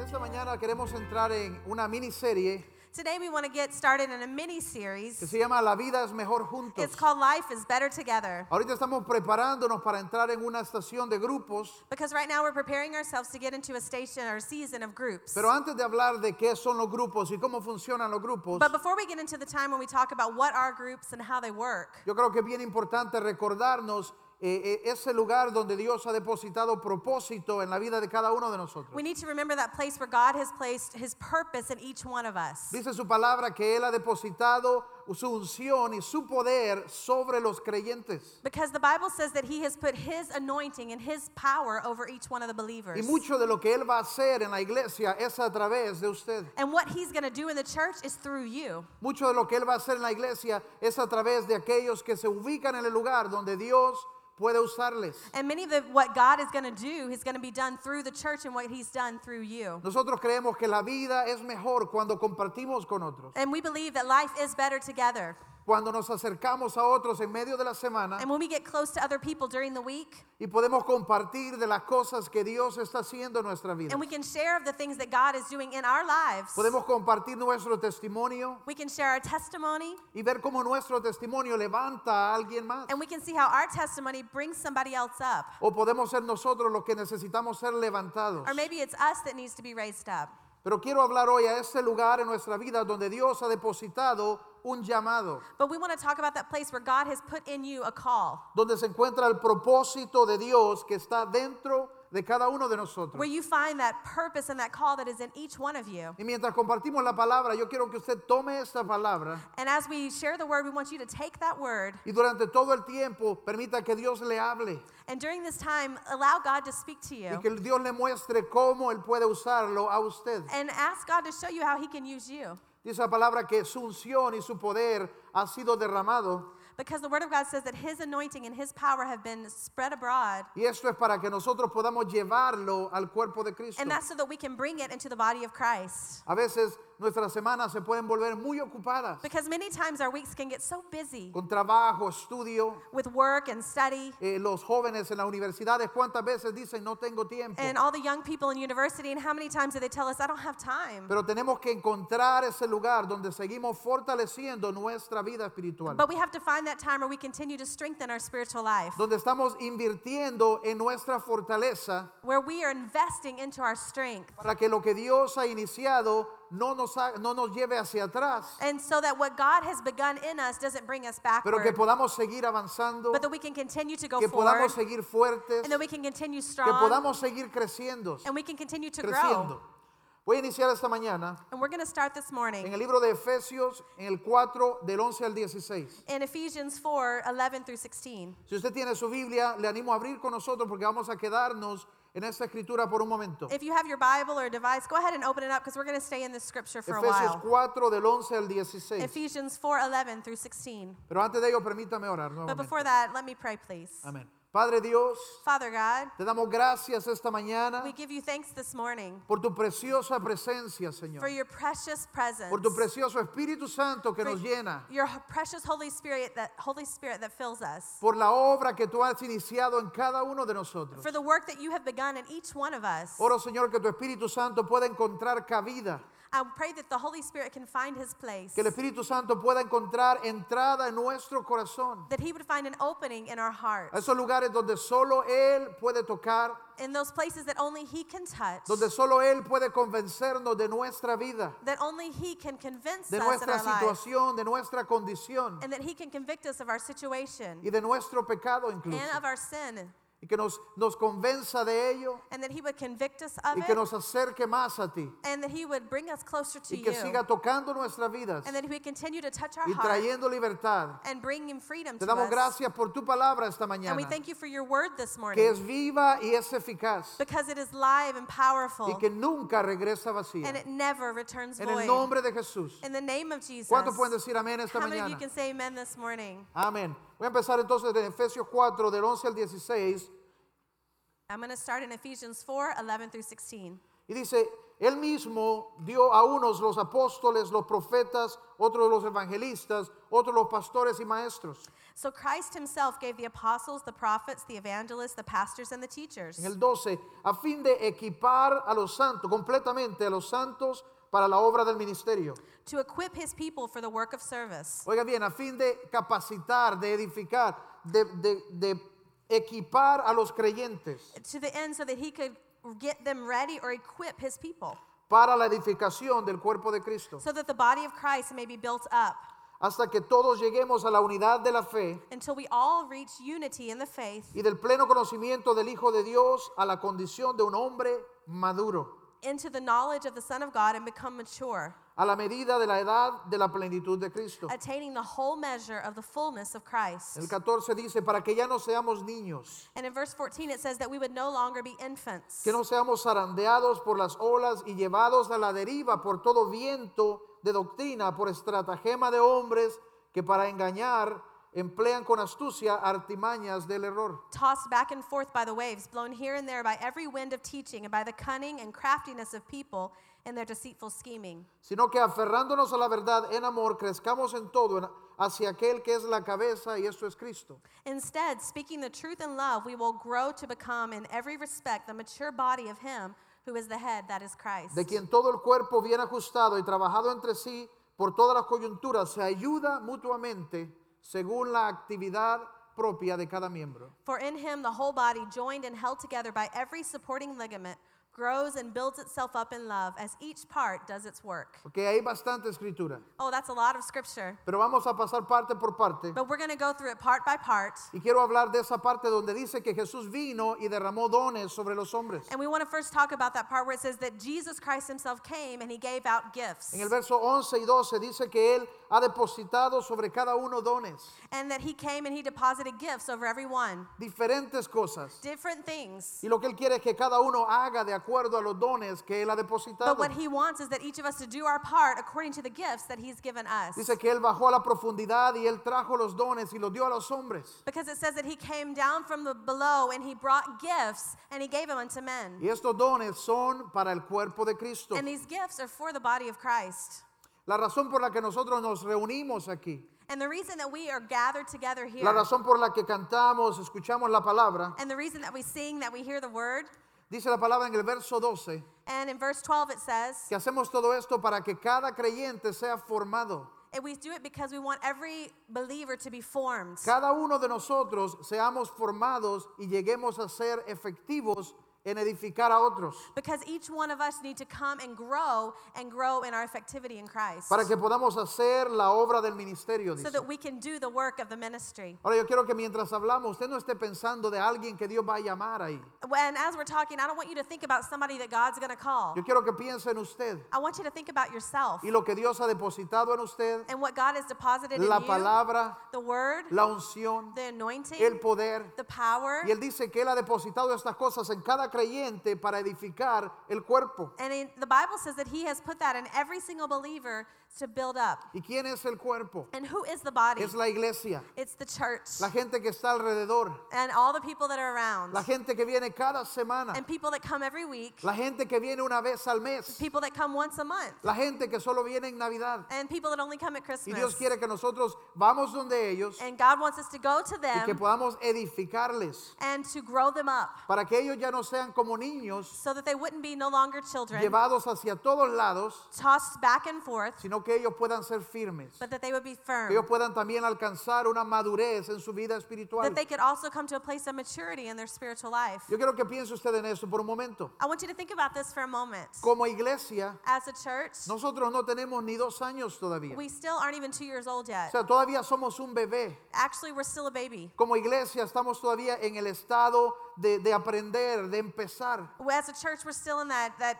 esta mañana queremos entrar en una miniserie Today we want to get started in a mini series. que se llama La vida es mejor juntos. It's called Life is Better Together Ahorita estamos preparándonos para entrar en una estación de grupos, because right now we're preparing ourselves to get into a station or season of groups. pero antes de hablar de qué son los grupos y cómo funcionan los grupos, But before we get into the time when we talk about what are groups and how they work, yo creo que es bien importante recordarnos eh, eh, ese lugar donde Dios ha depositado propósito en la vida de cada uno de nosotros. we need to remember that place where God has placed his purpose in each one of us. Dice su palabra que Él ha depositado su unción y su poder sobre los creyentes. Because the Bible says that he has put his anointing and his power over each one of Y the believers. mucho de lo que Él va a hacer en la iglesia es a través de usted. And what he's going to do in the church is through you. Mucho de lo que Él va a hacer en la iglesia es a través de aquellos que se ubican en el lugar donde Dios puede usarles. And many of the, what God is going to do is going to be done through the church and what he's done through you. Nosotros creemos que la vida es mejor cuando compartimos con otros, And we believe that life is better together. cuando nos acercamos a otros en medio de la semana And when we get close to other people during the week, y podemos compartir de las cosas que Dios está haciendo en nuestra vida. and we can share of the things that God is doing in our lives, Podemos compartir nuestro testimonio we can share our testimony, y ver cómo nuestro testimonio levanta a alguien más. and we can see how our testimony brings somebody else up. O podemos ser nosotros los que necesitamos ser levantados. Or maybe it's us that needs to be raised up. Pero quiero hablar hoy a ese lugar en nuestra vida donde Dios ha depositado un llamado, But we want to talk about that place where God has put in you a call, donde se encuentra el propósito de Dios que está dentro de cada uno de nosotros. where you find that purpose and that call that is in each one of you. Y mientras compartimos la palabra, yo quiero que usted tome esta palabra And as we share the word, we want you to take that word y durante todo el tiempo permita que Dios le hable and during this time, allow God to speak to y you que Dios le muestre cómo Él puede usarlo a usted. and ask God to show you how He can use you. Dice la palabra que su unción y su poder ha sido derramado Because the Word of God says that His anointing and His power have been spread abroad. y esto es para que nosotros podamos llevarlo al cuerpo de Cristo. And that's so that we can bring it into the body of Christ. A veces nuestras semanas se pueden volver muy ocupadas Because many times our weeks can get so busy con trabajo, estudio. with work and study. eh, los jóvenes en las universidades, ¿cuántas veces dicen no tengo tiempo? And all the young people in university, and how many times do they tell us, I don't have time? Pero tenemos que encontrar ese lugar donde seguimos fortaleciendo nuestra vida espiritual, But we have to find that time where we continue to strengthen our spiritual life, donde estamos invirtiendo en nuestra fortaleza where we are investing into our strength. para que lo que Dios ha iniciado no nos, ha- no nos lleve hacia atrás, And so that what God has begun in us doesn't bring us pero que backward, podamos seguir avanzando, but that we can continue to go que forward, podamos seguir fuertes, and that we can continue que strong, podamos seguir creciendo, and we can continue to grow. creciendo. Voy a iniciar esta mañana And we're going to start this en morning el libro de Efesios, en el 4, del 11 al 16. in Ephesians 4 11 through 16. Si usted tiene su Biblia, le animo a abrir con nosotros porque vamos a quedarnos en esta escritura por un momento. If you have your Bible or device, go ahead and open it up because we're going to stay in this scripture for a Efesios while. 4, del 11 al 16. Ephesians 4 11 through 16. Pero antes de ello, permítame orar But nuevamente. before that, let me pray, please. Amén. Padre Dios, Father God, te damos gracias esta we mañana give you thanks this morning por tu preciosa presencia, for Señor. your precious presence, Por tu precioso Espíritu Santo que for nos llena. your h- precious Holy Spirit that Holy Spirit that fills us, Por la obra que tú has iniciado en cada uno de nosotros. for the work that you have begun in each one of us. Oro, Señor, que tu Espíritu Santo pueda encontrar cabida. I pray that the Holy Spirit can find His place, Que el Espíritu Santo pueda encontrar entrada en nuestro corazón. that He would find an opening in our A hearts, esos lugares donde solo Él puede tocar, in those places that only He can touch. donde solo Él puede convencernos de nuestra vida, that only He can convince de us in nuestra our life, situación, de nuestra condición and that He can convict us of our situation y de nuestro pecado incluso. and of our sin, Y que nos, nos convenza de ello and that He would convict us of y que it, nos acerque más a ti and that He would bring us closer to y que You, siga tocando nuestras vidas and that He would continue to touch our y heart trayendo libertad. and bring Him freedom Te to damos us. gracias por tu palabra esta And we mañana, thank You for Your Word this que morning, es viva y es eficaz because it is live and y powerful, que nunca regresa vacía. Oh. and it never returns En el void. nombre de Jesús. In the name of Jesus. ¿Cuántos pueden decir amén esta How many of you mañana? can say amen this morning? Amén. Voy a empezar entonces en Efesios 4, del 11 al 16, I'm going to start in Ephesians 4 11 through 16. y dice, él mismo dio a unos los apóstoles, los profetas, otros los evangelistas, otros los pastores y maestros. So Christ himself gave the apostles, the prophets, the evangelists, the pastors, and the teachers. En el 12, a fin de equipar a los santos, completamente a los santos para la obra del ministerio. to equip his people for the work of service. Oiga bien, a fin de capacitar, de edificar, de, de- de equipar a los creyentes To the end so that he could get them ready or equip his people para la edificación del cuerpo de Cristo, so that the body of Christ may be built up hasta que todos lleguemos a la unidad de la fe until we all reach unity in the faith y del pleno conocimiento del Hijo de Dios a la condición de un hombre maduro, into the knowledge of the Son of God and become mature, a la medida de la edad de la plenitud de Cristo. attaining the whole measure of the fullness of El Christ. 14 dice, para que ya no seamos niños, And in verse 14 it says that we would no longer be infants, que no seamos zarandeados por las olas y llevados a la deriva por todo viento de doctrina, por estratagema de hombres que para engañar emplean con astucia artimañas del error. tossed back and forth by the waves, blown here and there by every wind of teaching and by the cunning and craftiness of people in their deceitful scheming. sino que aferrándonos a la verdad en amor, crezcamos en todo en- hacia aquel que es la cabeza y esto es Cristo. Instead, speaking the truth in love, we will grow to become, in every respect, the mature body of Him who is the head, that is Christ. de quien todo el cuerpo bien ajustado y trabajado entre sí por todas las coyunturas se ayuda mutuamente según la actividad propia de cada miembro. For in Him, the whole body, joined and held together by every supporting ligament, grows and builds itself up in love as each part does its work. Porque hay bastante escritura, Oh, that's a lot of scripture. pero vamos a pasar parte por parte But we're going to go through it part by part. y quiero hablar de esa parte donde dice que Jesús vino y derramó dones sobre los hombres. And we want to first talk about that part where it says that Jesus Christ Himself came and He gave out gifts. En el verso 11 y 12 dice que él ha depositado sobre cada uno dones, And that He came and He deposited gifts over everyone. diferentes cosas. Different things. Y lo que Él quiere es que cada uno haga de acuerdo a los dones que Él ha depositado. But what he wants is that each of us to do our part according to the gifts that he's given us. Dice que Él bajó a la profundidad y Él trajo los dones y los dio a los hombres. Because it says that he came down from the below and he brought gifts and he gave them unto men. Y estos dones son para el cuerpo de Cristo. And these gifts are for the body of Christ. La razón por la que nosotros nos reunimos aquí, And the reason that we are gathered together la here razón por la que cantamos, escuchamos la palabra, and the reason that we sing, that we hear the word. dice la palabra en el verso 12, And in verse 12 it says, que hacemos todo esto para que cada creyente sea formado. and we do it because we want every believer to be formed. Cada uno de nosotros seamos formados y lleguemos a ser efectivos en edificar a otros. Because each one of us need to come and grow and grow in our effectivity in Christ. para que podamos hacer la obra del ministerio. So Dice. that we can do the work of the ministry. Ahora yo quiero que mientras hablamos usted no esté pensando de alguien que Dios va a llamar ahí. And as we're talking, I don't want you to think about somebody that God's going to call. Yo quiero que piense en usted I want you to think about yourself y lo que Dios ha depositado en usted, and what God has deposited in la you palabra, the word, la unción, the anointing, el poder. the power. Y él dice que él ha depositado estas cosas en cada creyente para edificar el cuerpo. And in, the Bible says that He has put that in every single believer to build up. ¿Y quién es el cuerpo? And who is the body? Es la iglesia, It's the church la gente que está alrededor, and all the people that are around, la gente que viene cada semana, and people that come every week, la gente que viene una vez al mes, people that come once a month, la gente que solo viene en Navidad. and people that only come at Y Christmas. Dios quiere que nosotros vamos donde ellos And God wants us to go to y que them podamos edificarles and to grow them up. para que ellos ya no sean como niños so that they wouldn't be no longer children, llevados hacia todos lados, tossed back and forth, sino que ellos puedan ser firmes. but um, that they would be Que ellos firm, puedan también alcanzar una madurez en su vida espiritual. that they could also come to a place of maturity in their spiritual life. Yo quiero que piense usted en eso por un momento. I want you to think about this for a moment. Como iglesia, As a church, nosotros no tenemos ni dos años todavía. we still aren't even two years old O yet. sea, todavía somos un bebé. Actually, we're still a baby. Como iglesia estamos todavía en el estado de, de aprender, de empezar, We- As a church, we're still in that, that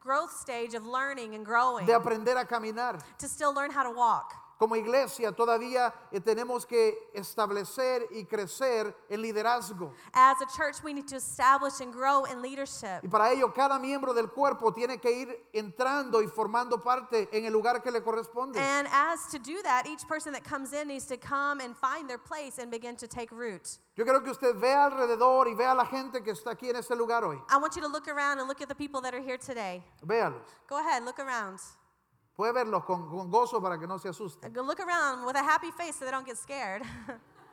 growth stage of learning and growing, de aprender a caminar. to still learn how to walk. Como iglesia todavía eh, tenemos que establecer y crecer el liderazgo. As a church, we need to establish and grow in leadership. Y para ello cada miembro del cuerpo tiene que ir entrando y formando parte en el lugar que le corresponde. And as to do that, each person that comes in needs to come and find their place and begin to take root. Yo quiero que usted vea alrededor y vea a la gente que está aquí en este lugar hoy. I want you to look around and look at the people that are here today. Véalos. Go ahead, look around. Puede verlos con, con gozo para que no se asusten. Go Look around with a happy face so they don't get scared.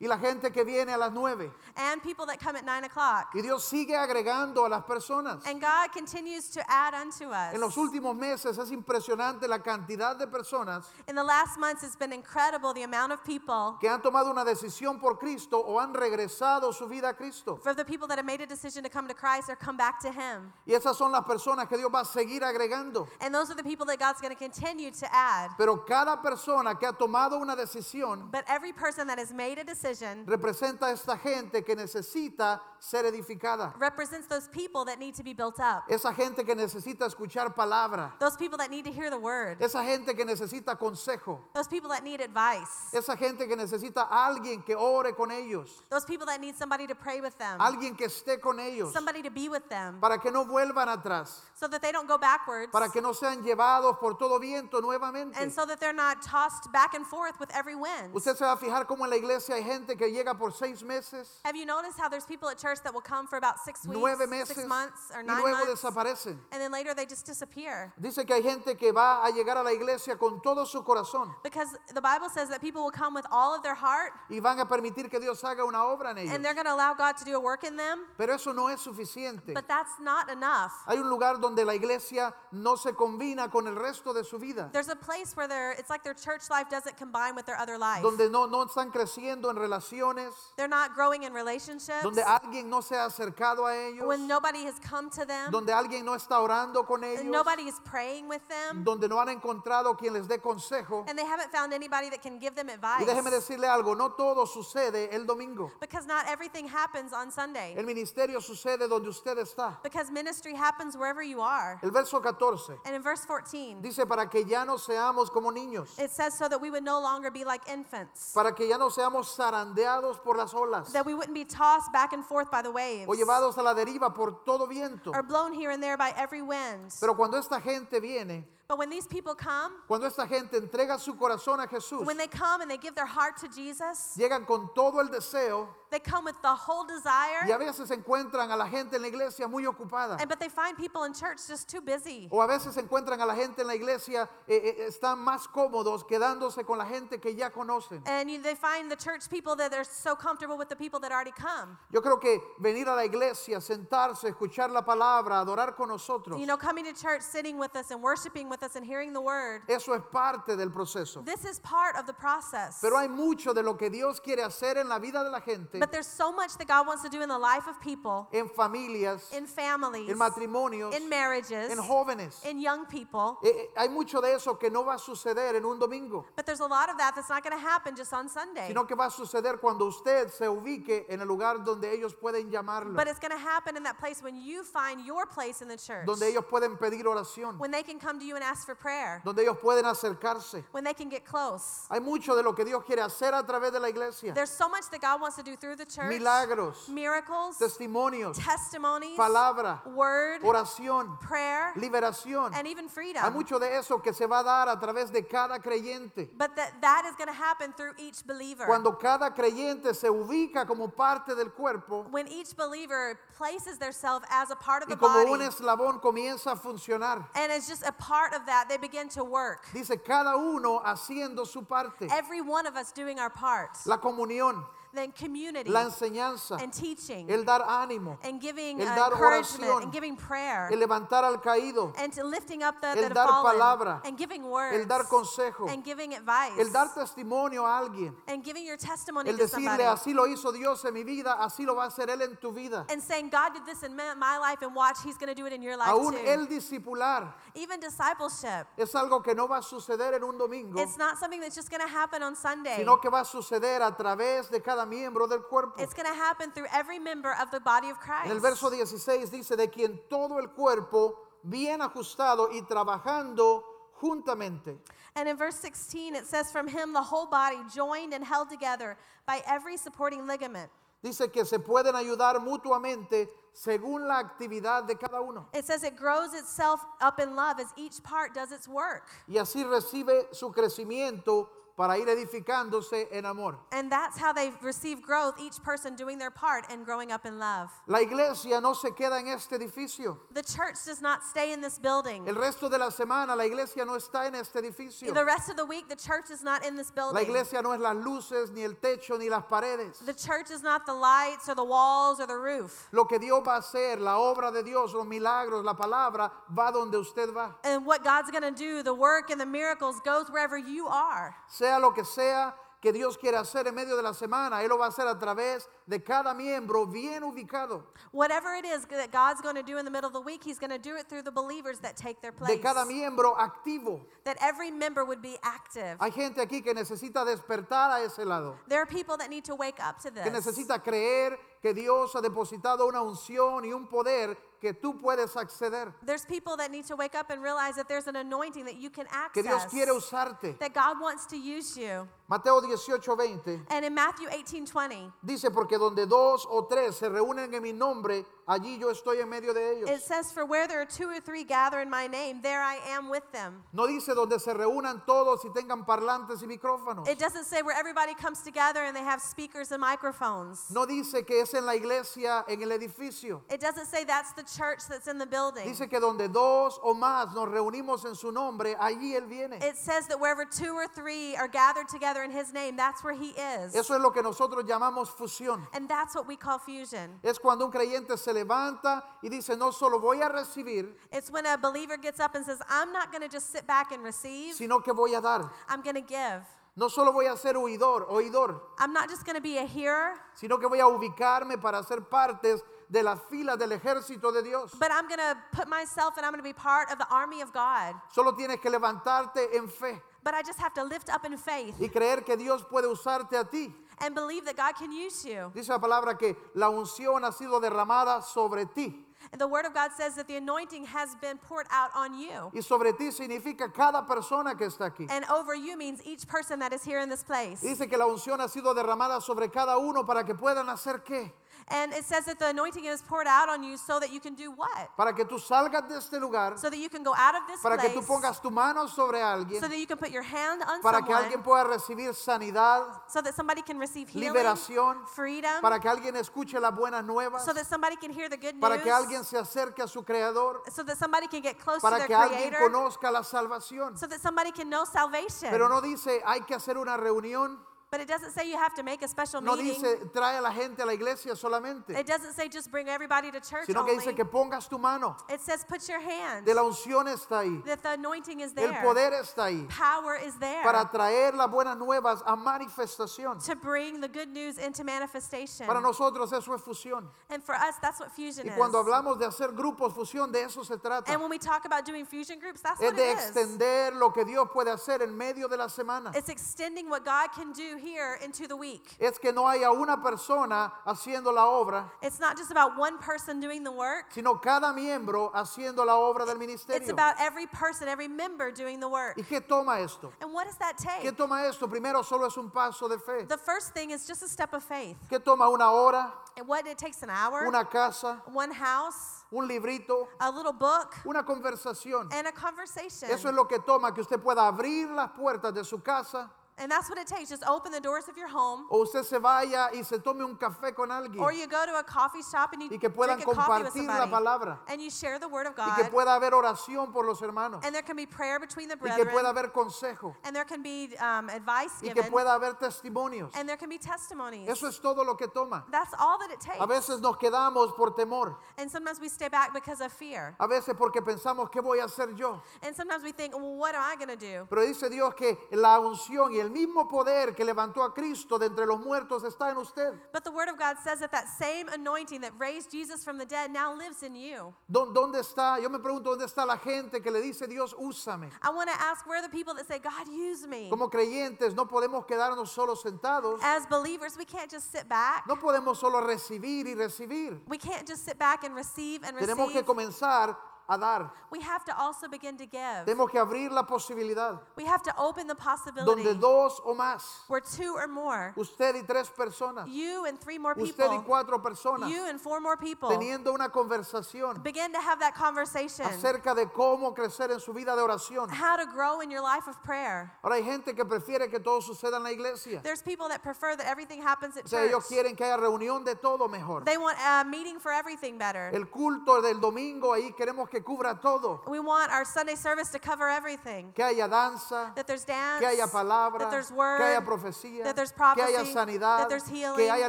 Y la gente que viene a las nueve. and people that come at 9 o'clock. Y Dios sigue agregando a las personas. And God continues to add unto us. En los últimos meses es impresionante la cantidad de personas In the last months, it's been incredible the amount of people, que han tomado una decisión por Cristo o han regresado su vida a Cristo. for the people that have made a decision to come to Christ or come back to Him. Y esas son las personas que Dios va a seguir agregando. And those are the people that God's going to continue to add. Pero cada persona que ha tomado una decisión But every person that has made a decision representa a esta gente que necesita ser edificada. represents those people that need to be built up, Esa gente que necesita escuchar palabra. those people that need to hear the word, Esa gente que necesita consejo. those people that need advice, Esa gente que necesita a alguien que ore con ellos. those people that need somebody to pray with them, Alguien que esté con ellos. somebody to be with them, Para que no vuelvan atrás. so that they don't go backwards, Para que no sean llevados por todo viento nuevamente. and so that they're not tossed back and forth with every wind. Usted se va a fijar cómo en la iglesia hay gente que llega por seis meses, Have you noticed how there's people at church that will come for about six weeks, nueve meses six months, or y nine luego months, desaparecen? and then later they just disappear? Dice que hay gente que va a llegar a la iglesia con todo su corazón Because the Bible says that people will come with all of their heart, y van a permitir que Dios haga una obra en and ellos. they're going to allow God to do a work in them. Pero eso no es suficiente. But that's not enough. Hay un lugar donde la iglesia no se combina con el resto de su vida, There's a place where their it's like their church life doesn't combine with their other life. donde no, no están creciendo en relaciones, They're not growing in relationships. donde alguien no se ha acercado a ellos, When nobody has come to them, donde alguien no está orando con and ellos, nobody is praying with them, donde no han encontrado quien les dé consejo. and they haven't found anybody that can give them Y déjeme advice. decirle algo, no todo sucede el domingo. Because not everything happens on Sunday. El ministerio sucede donde usted está. Because ministry happens wherever you are. El verso 14 And in verse 14, dice, para que ya no seamos como niños, it says, so that we would no longer be like infants, para que ya no seamos zarandeados por las olas that we wouldn't be tossed back and forth by the waves, o llevados a la deriva por todo viento. or blown here and there by every wind. Pero cuando esta gente viene, But when these people come, cuando esta gente entrega su corazón a Jesús, when they come and they give their heart to Jesus, llegan con todo el deseo they come with the whole desire, y a veces encuentran a la gente en la iglesia muy ocupada. and but they find people in church just too busy. O a veces encuentran a la gente en la iglesia, eh, eh, están más cómodos quedándose con la gente que ya conocen. And you, they find the church people that are so comfortable with the people that already come. Yo creo que venir a la iglesia, sentarse, escuchar la palabra, adorar con nosotros, You know, coming to church, sitting with us and worshiping with us and hearing the word. eso es parte del proceso. This is part of the process. Pero hay mucho de lo que Dios quiere hacer en la vida de la gente, But there's so much that God wants to do in the life of people, en familias, in families, en matrimonios, in marriages, en jóvenes. in young people. Eh, eh, hay mucho de eso que no va a suceder en un domingo, But there's a lot of that that's not going to happen just on Sunday. sino que va a suceder cuando usted se ubique en el lugar donde ellos pueden llamarlo, But it's going to happen in that place when you find your place in the church, donde ellos pueden pedir oración, when they can come to you and ask for prayer, donde ellos pueden acercarse. when they can get close. Hay mucho de lo que Dios quiere hacer a través de la iglesia. There's so much that God wants to do through the church Milagros, miracles, testimonios, testimonies, palabra, word, oración, prayer, liberación. and even freedom. Hay mucho de eso que se va a dar a través de cada creyente. But that, that is going to happen through each believer. Cuando cada creyente se ubica como parte del cuerpo when each believer places themselves as a part of y the como body un eslabón comienza a funcionar. and as just a part of that, they begin to work. Dice cada uno haciendo su parte. Every one of us doing our part. La comunión, then community la enseñanza, and teaching el dar ánimo, and giving el uh, dar encouragement oración, and giving prayer el levantar al caído, and to lifting up the el that have dar fallen palabra, and giving words el dar consejo, and giving advice el dar testimonio a alguien. and giving your testimony El to somebody decirle, así lo hizo Dios en mi vida, así lo va a hacer Él en tu vida. and saying God did this in my, my life and watch he's going to do it in your life Aún too el discipular even discipleship es algo que no va a suceder en un domingo, it's not something that's just going to happen on Sunday sino que va a suceder a través de cada miembro del cuerpo. it's going to happen through every member of the body of Christ En el verso 16 dice, de quien todo el cuerpo, bien ajustado y trabajando juntamente. And in verse 16, it says, From him the whole body, joined and held together by every supporting ligament. Dice que se pueden ayudar mutuamente según la actividad de cada uno. It says it grows itself up in love as each part does its work. Y así recibe su crecimiento para ir edificándose en amor. And that's how they receive growth, each person doing their part and growing up in love. La iglesia no se queda en este edificio. The church does not stay in this building. El resto de la semana la iglesia no está en este edificio. The rest of the week, the church is not in this La building. iglesia no es las luces, ni el techo, ni las paredes. The church is not the lights or the walls or the roof. Lo que Dios va a hacer, la obra de Dios, los milagros, la palabra, va donde usted va. And what God's going to do, the work and the miracles, goes wherever you are. Sea lo que sea que Dios quiera hacer en medio de la semana, Él lo va a hacer a través de cada miembro bien ubicado, Whatever it is that God's going to do in the middle of the week, He's going to do it through the believers that take their place. de cada miembro activo. that every member would be active. Hay gente aquí que necesita despertar a ese lado, there are people that need to wake up to this. que necesita creer que Dios ha depositado una unción y un poder que tú puedes acceder, There's people that need to wake up and realize that there's an anointing that you can que access. Dios quiere usarte. that God wants to use you. Mateo 18, 20 And in Matthew 18 20, dice, porque donde dos o tres se reúnen en mi nombre, allí yo estoy en medio de ellos. it says, For where there are two or three gather in my name, there I am with them. No dice donde se reúnan todos y tengan parlantes y micrófonos. It doesn't say where everybody comes together and they have speakers and microphones. No dice que es en la iglesia, en el edificio. It doesn't say that's the church that's in the building. Dice que donde dos o más nos reunimos en su nombre, allí Él viene. It says that wherever two or three are gathered together in his name, that's where he is. Eso es lo que nosotros llamamos fusión. And that's what we call fusion. Es cuando un creyente se levanta y dice, no solo voy a recibir, It's when a believer gets up and says, I'm not going to just sit back and receive, sino que voy a dar. I'm going to give. No solo voy a ser oidor, oidor, I'm not just going to be a hearer, sino que voy a ubicarme para ser partes de las filas del ejército de Dios. but I'm going to put myself and I'm going to be part of the army of God. Solo tienes que levantarte en fe But I just have to lift up in faith y creer que Dios puede usarte a ti. and believe that God can use you. Dice la palabra que la unción ha sido derramada sobre ti. And the word of God says that the anointing has been poured out on you. Y sobre ti significa cada persona que está aquí. And over you means each person that is here in this place. Dice que la unción ha sido derramada sobre cada uno para que puedan hacer qué? And it says that the anointing is poured out on you so that you can do what? Para que tú salgas de este lugar, So that you can go out of this para que tú place. pongas tu mano sobre alguien, so that you can put your hand on para que someone. alguien pueda recibir sanidad, so that somebody can receive healing, liberación, freedom, para que alguien escuche las buenas nuevas, so that somebody can hear the good para news, que alguien se acerque a su creador, so that somebody can get close to para their que alguien creator, conozca la salvación. so that somebody can know salvation. Pero no dice hay que hacer una reunión, but it doesn't say you have to make a special no meeting. dice trae a la gente a la iglesia solamente, it doesn't say just bring everybody to church sino que only. dice que pongas tu mano. it says put your hand. De la unción está ahí. that the anointing is there. El poder está ahí Power is there para traer las buenas nuevas a manifestación. to bring the good news into manifestation. Para nosotros eso es fusión. and for us, that's what fusion Y is. cuando hablamos de hacer grupos fusión, de eso se trata. and when we talk about doing fusion groups, that's Es what de it is. extender lo que Dios puede hacer en medio de la semana. It's extending what God can do here into the week. Es que no haya una persona haciendo la obra, It's not just about one person doing the work. sino cada miembro haciendo la obra del It's ministerio. about every person, every member doing the work. ¿Y qué toma esto? And what does that ¿Qué take? toma esto? Primero solo es un paso de fe. The first thing is just a step of faith. ¿Qué toma una hora, And what it takes an hour, una casa, one house, un librito, a little book, una conversación? and a conversation. Eso es lo que toma que usted pueda abrir las puertas de su casa And that's what it takes. Just open the doors of your home, o usted se vaya y se tome un café con alguien or you go to a coffee shop and you y que puedan drink a coffee with compartir la somebody, palabra and you share the word of y que God, pueda haber oración por los hermanos and there can be prayer between the y que pueda brethren, haber consejo and there can be um, advice y que given, pueda haber testimonios. and there can be testimonies. Eso es todo lo que toma. That's all that it A takes. veces nos quedamos por temor, And sometimes we stay back because of fear. a veces porque pensamos qué voy a hacer yo. And sometimes we think, well, what am I going to do? Pero dice Dios que la unción y el mismo poder que levantó a Cristo de entre los muertos está en usted. But the Word of God says that that same anointing that raised Jesus from the dead now lives in you. ¿Dó- ¿Dónde está? Yo me pregunto dónde está la gente que le dice Dios, úsame. I want to ask where are the people that say, God, use me? Como creyentes no podemos quedarnos solo sentados, As believers, we can't just sit back. no podemos solo recibir y recibir. We can't just sit back and receive and Tenemos que receive. comenzar a dar. We have to also begin to give. Tenemos que abrir la posibilidad We have to open the possibility donde dos o más, where two or more, usted y tres personas, you and three more usted y people, cuatro personas, you and four more people, teniendo una conversación begin to have that conversation. acerca de cómo crecer en su vida de oración. How to grow in your life of prayer. Ahora hay gente que prefiere que todo suceda en la iglesia. There's people that prefer that everything happens at O sea, ellos church. quieren que haya reunión de todo mejor. They want a meeting for everything better. El culto del domingo ahí queremos que cubra todo. We want our Sunday service to cover everything. Que haya danza, That there's dance, que haya palabra, that there's word, que haya profecía, that there's que haya prophecy, sanidad, that there's healing, que haya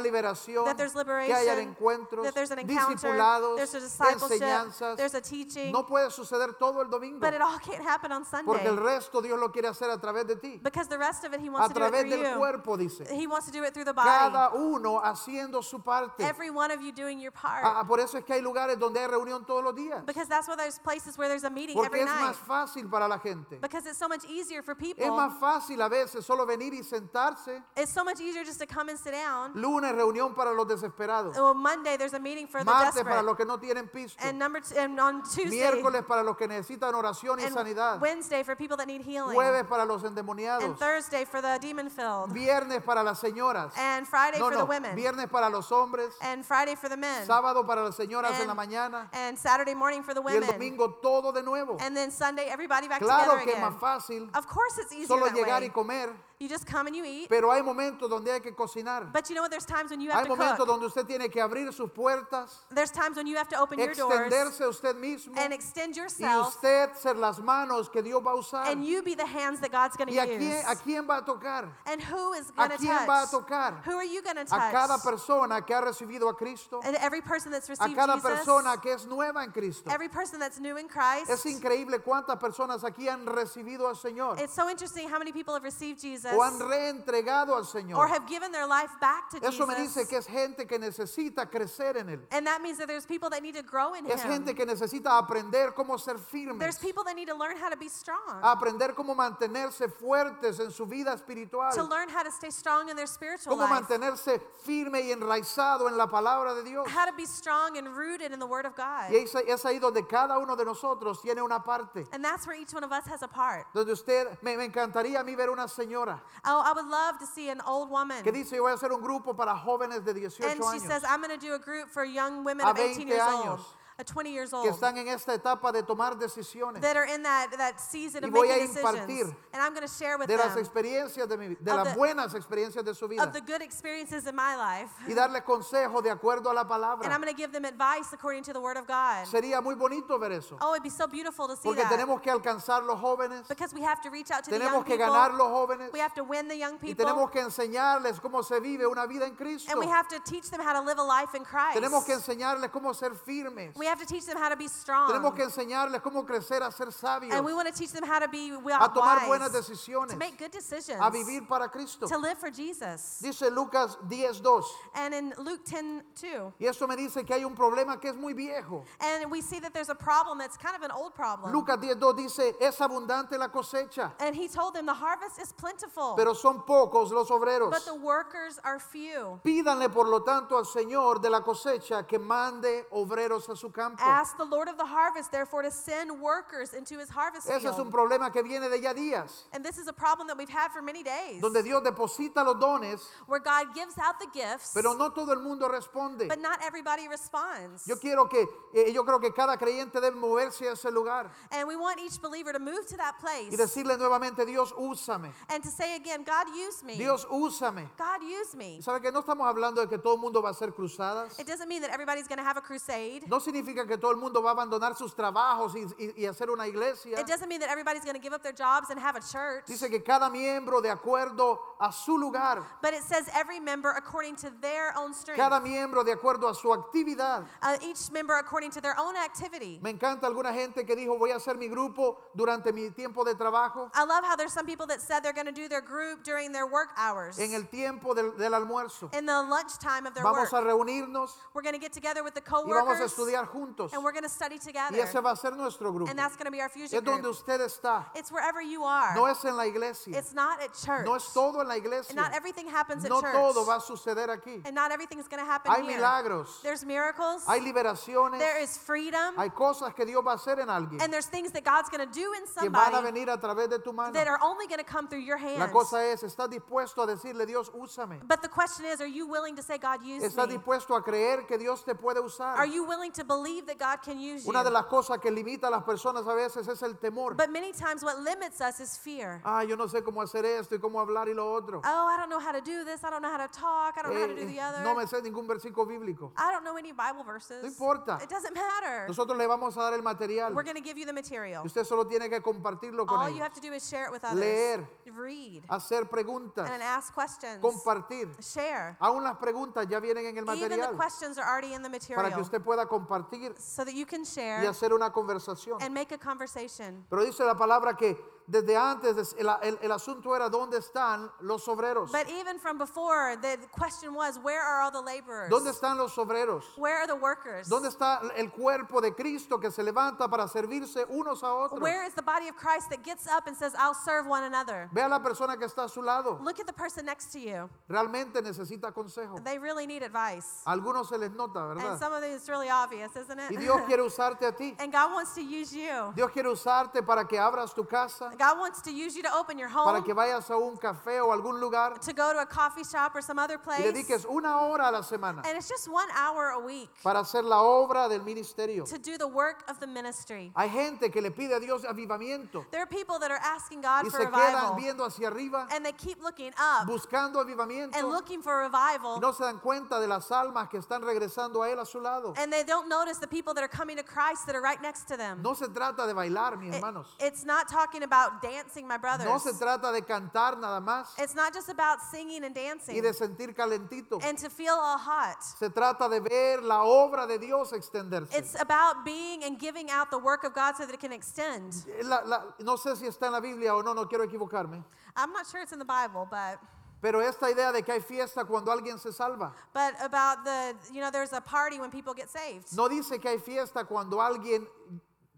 liberación, that there's que haya liberation, encuentros, that there's an encounter, discipulados, there's a discipleship, enseñanzas. there's a teaching. No puede suceder todo el domingo, but it all can't happen on porque el Sunday resto Dios lo quiere hacer a través de ti, because the rest of it He a wants to do it través through del you. cuerpo, dice. He wants to do it through the body. Cada uno haciendo su parte. Every one of you doing your part. Ah, por eso es que hay lugares donde hay reunión todos los días, because that's why there's places where there's a meeting porque every es night. más fácil para la gente. Because it's so much easier for Es people. más fácil a veces solo venir y sentarse. It's so much easier just to come and sit down. Lunes reunión para los desesperados. Well, Monday there's a meeting for the Martes desperate. para los que no tienen piso. and number two, and on Tuesday Miércoles para los que necesitan oración y and sanidad. Wednesday for people that need healing. Jueves para los and endemoniados. Thursday for the demon filled. Viernes para las señoras. And Friday No, for the no. women. Viernes para los hombres. and Friday for the men. Sábado para las señoras en and, la mañana. and Saturday morning for the Y el women. domingo todo de nuevo. and then Sunday everybody back Claro together que es again. más fácil of course it's easier solo that llegar way. y comer. you just come and you eat. Pero hay momentos donde hay que cocinar. but you know what? There's times when you have Hay to momentos cook. donde usted tiene que abrir sus puertas, There's times when you have to open your doors extenderse usted mismo. and extend y yourself usted ser las manos que Dios va a usar. and you be the hands that God's going to ¿Y a use. quién, a quién va a tocar? and who is ¿A going to quién va a touch? tocar? Who are you going to A touch? cada persona que ha recibido a Cristo, and every person that's a received cada Jesus, persona que es nueva en Cristo. every person that's new in Christ. Es increíble cuántas personas aquí han recibido al Señor It's so interesting how many people have received Jesus o han reentregado al or Señor. have given their life back to Eso me Jesus. dice que es gente que necesita crecer en Él. and that means that there's people that need to grow in Es Him. gente que necesita aprender cómo ser there's firmes, people that need to learn how to be strong, Ah, aprender cómo mantenerse fuertes en su vida to espiritual. learn how to stay strong in their spiritual Cómo life, mantenerse firme y enraizado en la palabra de Dios. how to be strong and rooted in the Word of God. Y es, ahí- es ahí donde cada uno de nosotros tiene una parte. And that's where each one of us has a part. Donde usted, me, me encantaría a mí ver una señora Oh, I would love to see an old woman. que dice, yo voy a hacer un grupo para jóvenes de And 18 she años says, I'm going to do a group for young women A of 18 20 years old, años. uh, 20 years que old, están en esta etapa de tomar decisiones that are in that, that season Y of voy making a decisions. impartir And I'm going to share with de las them experiencias de mi vi- de of las the- buenas experiencias de su vida of the good experiences in my life. y darles consejos de acuerdo a la And I'm palabra. going to give them advice according to the Word of God. Sería muy bonito ver eso, Oh, it'd be so beautiful to see porque that. tenemos que alcanzar los jóvenes, Because we have to reach out to the young tenemos que ganar people. los jóvenes We have to win the young y tenemos people. que enseñarles cómo se vive una vida en Cristo. And we have to teach them how to live a life in Christ. Tenemos que enseñarles cómo ser firmes. We have to teach them how to be Tenemos strong. que enseñarles cómo crecer a ser sabios, And we want to teach them how to be wi- a tomar buenas wise, decisiones, to make good decisions, a vivir para Cristo. to live for Jesus. Dice Lucas 10:2. And in Luke 10 2, Y eso me dice que hay un problema que es muy viejo. and we see that there's a problem that's kind of an old problem. Lucas 10:2 dice, "Es abundante la cosecha, and he told them the harvest is plentiful, pero son pocos los obreros." but the workers are few. Pídanle por lo tanto al Señor de la cosecha que mande obreros a su campo. Ask the Lord of the harvest, therefore, to send workers into his harvest Ese es field. un problema que viene de ya días, and this is a problem that we've had for many days, donde Dios deposita los dones, where God gives out the gifts, pero no todo el mundo responde. but not everybody responds. Yo quiero que eh, yo creo que cada creyente debe moverse a ese lugar and we want each believer to move to that place y decirle nuevamente, Dios, úsame. and to say again, God, use me. Dios, úsame. God, use me. ¿Sabe que no estamos hablando de que todo el mundo va a hacer cruzadas? It doesn't mean that everybody's going to have a crusade. No significa que todo el mundo va a abandonar sus trabajos y, y- y hacer una iglesia. It doesn't mean that everybody's going to give up their jobs and have a church. Dice que cada miembro de acuerdo a su lugar, But it says every member according to their own strength. cada miembro de acuerdo a su actividad. Uh, each member according to their own activity. Me encanta alguna gente que dijo voy a hacer mi grupo durante mi tiempo de trabajo, I love how there's some people that said they're going to do their group during their work hours, en el tiempo del, del almuerzo. in the lunchtime of their Vamos a work. reunirnos We're going to get together with the y vamos a coworkers, estudiar juntos. And we're going to study Y ese together. va a ser nuestro grupo. And that's going to be our fusion Es donde group. usted está. It's wherever you are. No es en la iglesia. It's not at church. No es todo en la And not iglesia. everything happens at No todo va church. a suceder aquí. And not everything's going to happen Hay here. milagros. There's miracles. Hay liberaciones. There is freedom. Hay cosas que Dios va a hacer en alguien And there's things that God's going to do in que van a somebody venir a través de tu mano. that are only going to come through your La hands. cosa es, ¿estás dispuesto a decirle Dios, úsame? But the question is, are you willing to say, God, use ¿Estás me? dispuesto a creer que Dios te puede Are usar? you willing to believe that God can use you? Una de las cosas que limita a las personas a veces es el temor. But many times what limits us is fear. Ah, yo no sé cómo hacer esto y cómo hablar y lo otro. Oh, I don't know how to do this. I don't know how to talk. I don't know how to do Eh, the other. no me sé ningún versículo bíblico. I don't know any Bible verses. No importa. It doesn't matter. Nosotros le vamos a dar el material. We're going to give you the material. Usted solo tiene que compartirlo con All you ellos. have to do is share it with others. Leer. Ah. Read. Hacer And then preguntas, ask questions. compartir. Share. Aún las preguntas ya vienen en Ah, el Even the material questions are already in the material. para que usted pueda compartir so that you can y share hacer una conversación. and make a conversation. Pero dice la palabra que desde antes des- el, el- el asunto era dónde están los obreros. But even from before, the question was, where are all the laborers? ¿Dónde están los obreros? Where are the workers? ¿Dónde está el cuerpo de Cristo que se levanta para servirse unos a otros? Where is the body of Christ that gets up and says, I'll serve one another? Ve a la persona que está a su lado. Look at the person next to you. Realmente necesita consejo. They really need advice. A algunos se les nota, And ¿verdad? some of it is really obvious, isn't Y it? Dios quiere usarte a ti. and God wants to use you. Dios quiere usarte para que abras tu casa, God wants to use you to open your home, para que vayas a un café o algún lugar to go to a coffee shop or some other y place. dediques una hora a la semana And it's just one hour a week para hacer la obra del ministerio. to do the work of the ministry. Hay gente que le pide a Dios avivamiento There are people that are asking God y for se quedan revival, viendo hacia arriba, and they keep looking up buscando avivamiento, and y looking for revival, no se dan cuenta de las almas que están regresando a Él a su lado. and they don't notice the people that are coming to Christ that are right next to them. No se trata de bailar, mis It- hermanos. it's not talking about dancing, my brothers. No se trata de cantar nada más it's not just about singing and dancing y de sentir calentito. and to feel all hot. Se trata de ver la obra de Dios extenderse. It's about being and giving out the work of God so that it can extend. Eh, La- la- no sé si está en la Biblia o no, no quiero equivocarme. I'm not sure it's in the Bible, but Pero esta idea de que hay fiesta cuando alguien se salva, but about the you know there's a party when people get saved. no dice que hay fiesta cuando alguien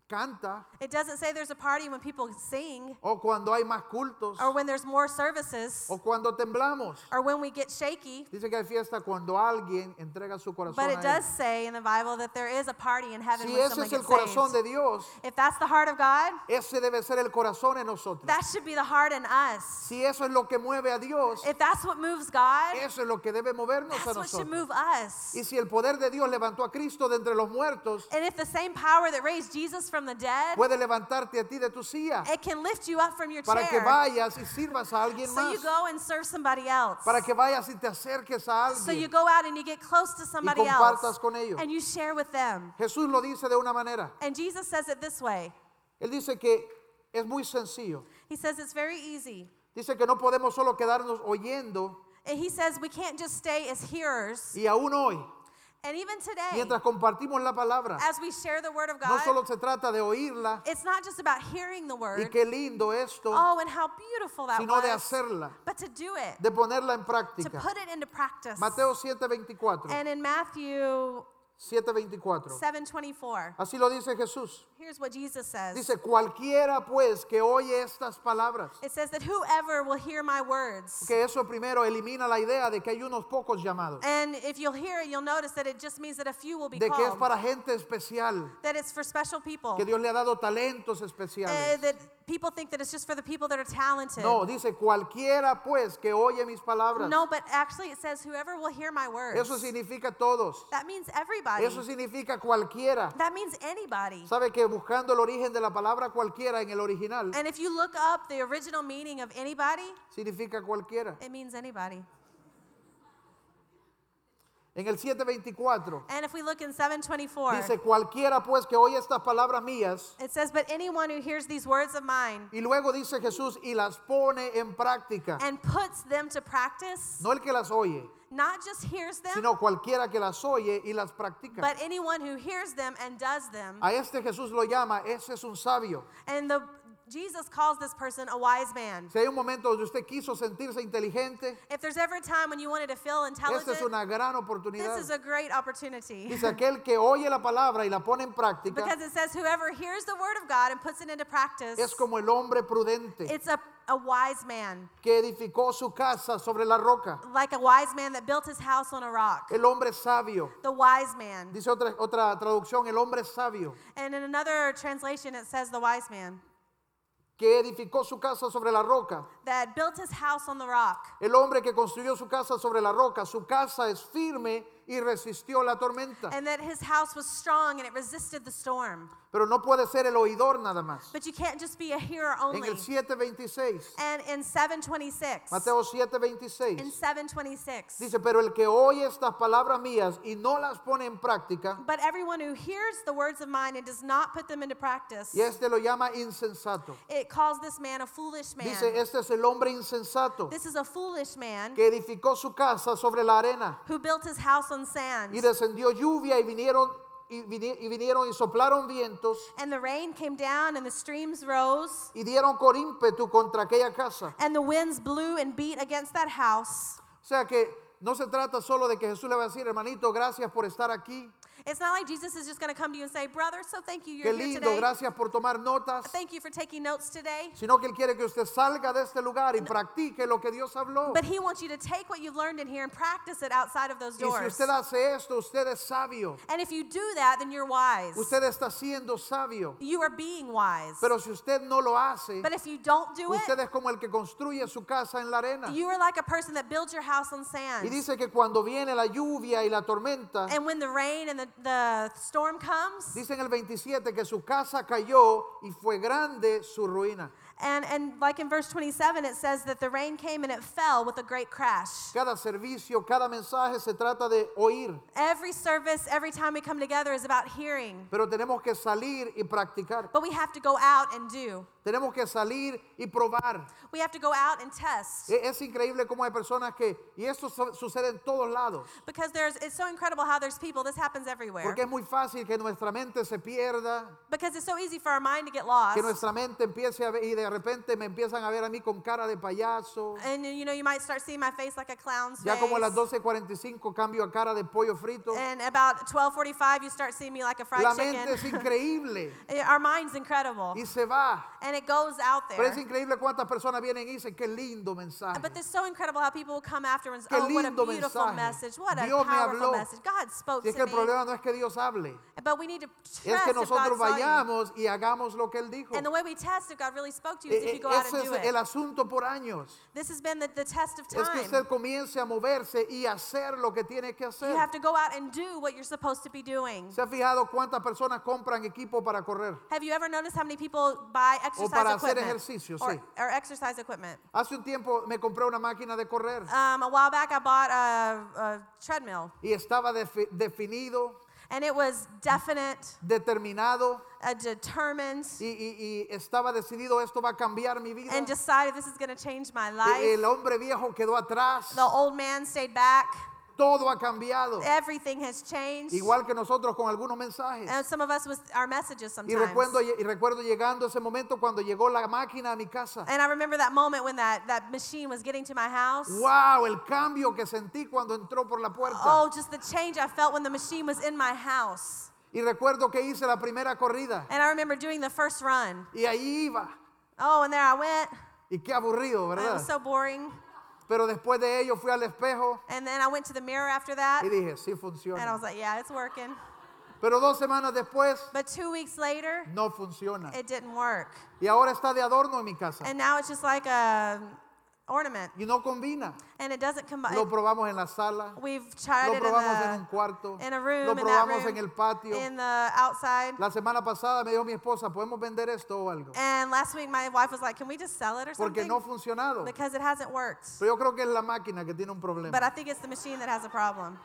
canta It doesn't say there's a party when people sing o cuando hay más cultos or when there's more services o cuando temblamos. or when we get shaky. Dice que hay fiesta cuando alguien entrega su corazón But it a él. does say in the Bible that there is a party in heaven Si when ese someone es el gets corazón saved. de Dios, If that's the heart of God, ese debe ser el corazón en nosotros. that should be the heart in us. Si eso es lo que mueve a Dios, If that's what moves God, eso es lo que debe movernos a that's what should nosotros. move us. Y si el poder de Dios levantó a Cristo de entre los muertos, And if the same power that raised Jesus from the dead, puede levantarte a ti de tu silla it can lift you up from your para que chair. vayas y sirvas a alguien So más, you go and serve somebody else. para que vayas y te acerques a So you alguien go out and you get close to y somebody compartas else con ellos. and you share with them. Jesús lo dice de una manera. And Jesus says it this way. Él dice que es muy sencillo. He says it's very easy. Dice que no podemos solo quedarnos oyendo And he says we can't just stay as hearers. y aún hoy, And even today, mientras compartimos la palabra, as we share the word of no God, solo se trata de oírla it's not just about hearing the y word. qué lindo esto, Oh, and how beautiful that sino de was. hacerla, But to do it, de ponerla en to práctica. put it into practice. Mateo 7:24. And in Matthew 7:24. 7:24, Así lo dice Jesús. here's what Jesus says. Dice, cualquiera pues que oye estas palabras, It says that whoever will hear my words. que eso primero elimina la idea de que hay unos pocos llamados, And if you'll hear it, you'll notice that it just means that a few will be de que es called. para gente especial, That it's for special people. que Dios le ha dado talentos Uh, especiales. that people think that it's just for the people that are talented. No, dice, cualquiera pues que oye mis palabras. No, but actually it says whoever will hear my words. Eso significa todos. that means everybody. Eso significa cualquiera. that means anybody. Sabe que buscando el origen de la palabra cualquiera en el original, and if you look up the original meaning of anybody, significa cualquiera. it means anybody. En el 724. And if we look in 724, Dice, cualquiera pues que oye estas palabras mías, it says, But anyone who hears these words of mine y luego dice Jesús, y las pone en práctica. and puts them to practice, No el que las oye, not just hears them, sino cualquiera que las oye y las practica. but anyone who hears them and does them. A este Jesús lo llama, ese es un sabio. and the Jesus calls this person a wise man. Si hay un momento donde usted quiso sentirse inteligente, If there's ever a time when you wanted to feel esta es intelligent, una gran this oportunidad. is a great opportunity. Dice aquel que oye la palabra y la pone en práctica Because it says, whoever hears the word of God and puts it into practice, es como el hombre prudente it's a, a wise man. que edificó su casa sobre la roca. Like a wise man that built his house on a rock. El hombre sabio. The wise man. Dice otra, otra traducción, el hombre sabio And in another translation, it says the wise man que edificó su casa sobre la roca. that built his house on the rock. El hombre que construyó su casa sobre la roca. Su casa es firme y resistió la tormenta. And that his house was strong and it resisted the storm. Pero no puede ser el oidor nada más. But you can't just be a hearer En only. el 7:26, And in 726, Mateo in 7:26, 726, dice, pero el que oye estas palabras mías y no las pone en práctica, but everyone who hears the words of mine and does not put them into practice, y este lo llama insensato. it calls this man a foolish man. Dice, este es el hombre insensato this is a foolish man que edificó su casa sobre la arena who built his house on sand. y descendió lluvia y vinieron y, vini- y vinieron y soplaron vientos and the rain came down and the streams rose. y dieron con ímpetu contra aquella casa. And the winds blew and beat against that house. O sea que no se trata solo de que Jesús le va a decir, hermanito, gracias por estar aquí. It's not like Jesus is just going to come to you and say, Brother, so thank you, Qué you're lindo, here today. gracias por tomar notas. Thank you for taking notes today. Sino que Él quiere que usted salga de este lugar y practique lo que Dios habló. But He wants you to take what you've learned in here and practice it outside of those Y si doors. usted hace esto, usted es sabio. And if you do that, then you're wise. Usted está siendo sabio. You are being wise. Pero si usted no lo hace, But if you don't do usted it, es como el que construye su casa en la arena. you are like a person that builds your house on Y sand. dice que cuando viene la lluvia y la tormenta, And when the rain and the, the storm comes, dice en el 27 que su casa cayó y fue grande su ruina. and, and like in verse 27, it says that the rain came and it fell with a great crash. Cada servicio, cada mensaje se trata de oír, Every service, every time we come together is about hearing. pero tenemos que salir y practicar. But we have to go out and do. Tenemos que salir y probar. We have to go out and test. E- Es, increíble cómo hay personas que, y esto su- sucede en todos lados, Because there's it's so incredible how there's people, this happens everywhere. porque es muy fácil que nuestra mente se pierda, Because it's so easy for our mind to get que lost. nuestra mente empiece a ver, y de repente me empiezan a ver a mí con cara de payaso. And you know, you might start seeing my face like a clown's Ya como a las face. 12.45 cambio a cara de pollo frito. And about 12:45 you start seeing me like a Eh, fried La mente es chicken. Eh, increíble our mind's incredible. y se va. And it goes out Pero es there. increíble cuántas personas vienen y dicen, qué lindo mensaje. But it's so incredible how people will come afterwards. Qué oh, what a lindo beautiful mensaje. message. What a Dios me powerful habló." message. God spoke Si es que to el me. problema no es que Dios hable, But we need to trust es que if God nosotros saw you. vayamos y hagamos lo que Él dijo. And the way we test if God really spoke to you is if E- you e- go out Ese and es do it. el asunto por años. This has been the, the test of Es que time. usted comience a moverse y hacer lo que tiene que hacer. You have to go out and do what you're supposed to be doing. ¿Se ha fijado cuántas personas compran equipo para correr? Have you ever noticed how many people buy exercise para hacer equipment ejercicio, or, sí. or exercise equipment? Hace un tiempo me compré una máquina de correr Um, a while back, I bought a, a treadmill, y estaba defi- definido, and it was definite, determinado uh, determined, y, y- y estaba decidido esto va a cambiar mi vida. and decided this is going to change my E- life. El hombre viejo quedó atrás, The old man stayed back. todo ha cambiado. Everything has changed. Igual que nosotros con algunos mensajes. And some of us with our messages Y sometimes. recuerdo, y recuerdo llegando ese momento cuando llegó la máquina a mi casa. And I remember that moment when that, that machine was getting to my house. Wow, el cambio que sentí cuando entró por la puerta. Oh, just the change I felt when the machine was in my house. Y recuerdo que hice la primera corrida And I remember doing the first run. y ahí iba. Oh, and there I went. Y qué aburrido, It ¿verdad? was so boring. Pero después de ello fui al espejo And then I went to the mirror after that. y dije, sí And I was funciona. like, yeah, it's working. Pero dos semanas después But two weeks later, no funciona. it didn't work. Y ahora está de adorno en mi casa. And now it's just like a ornament. Y no combina. And it doesn't Lo combine. probamos en la sala, We've tried lo it in probamos en un a, cuarto, in a room, lo in that probamos room, en el patio. in the outside. La semana pasada me dijo mi esposa, ¿podemos vender esto o algo? And last week, my wife was like, can we just sell it or Porque something? no ha funcionado. Because it hasn't worked. Pero yo creo que es la máquina que tiene un But problema. I think it's the machine that has a problem.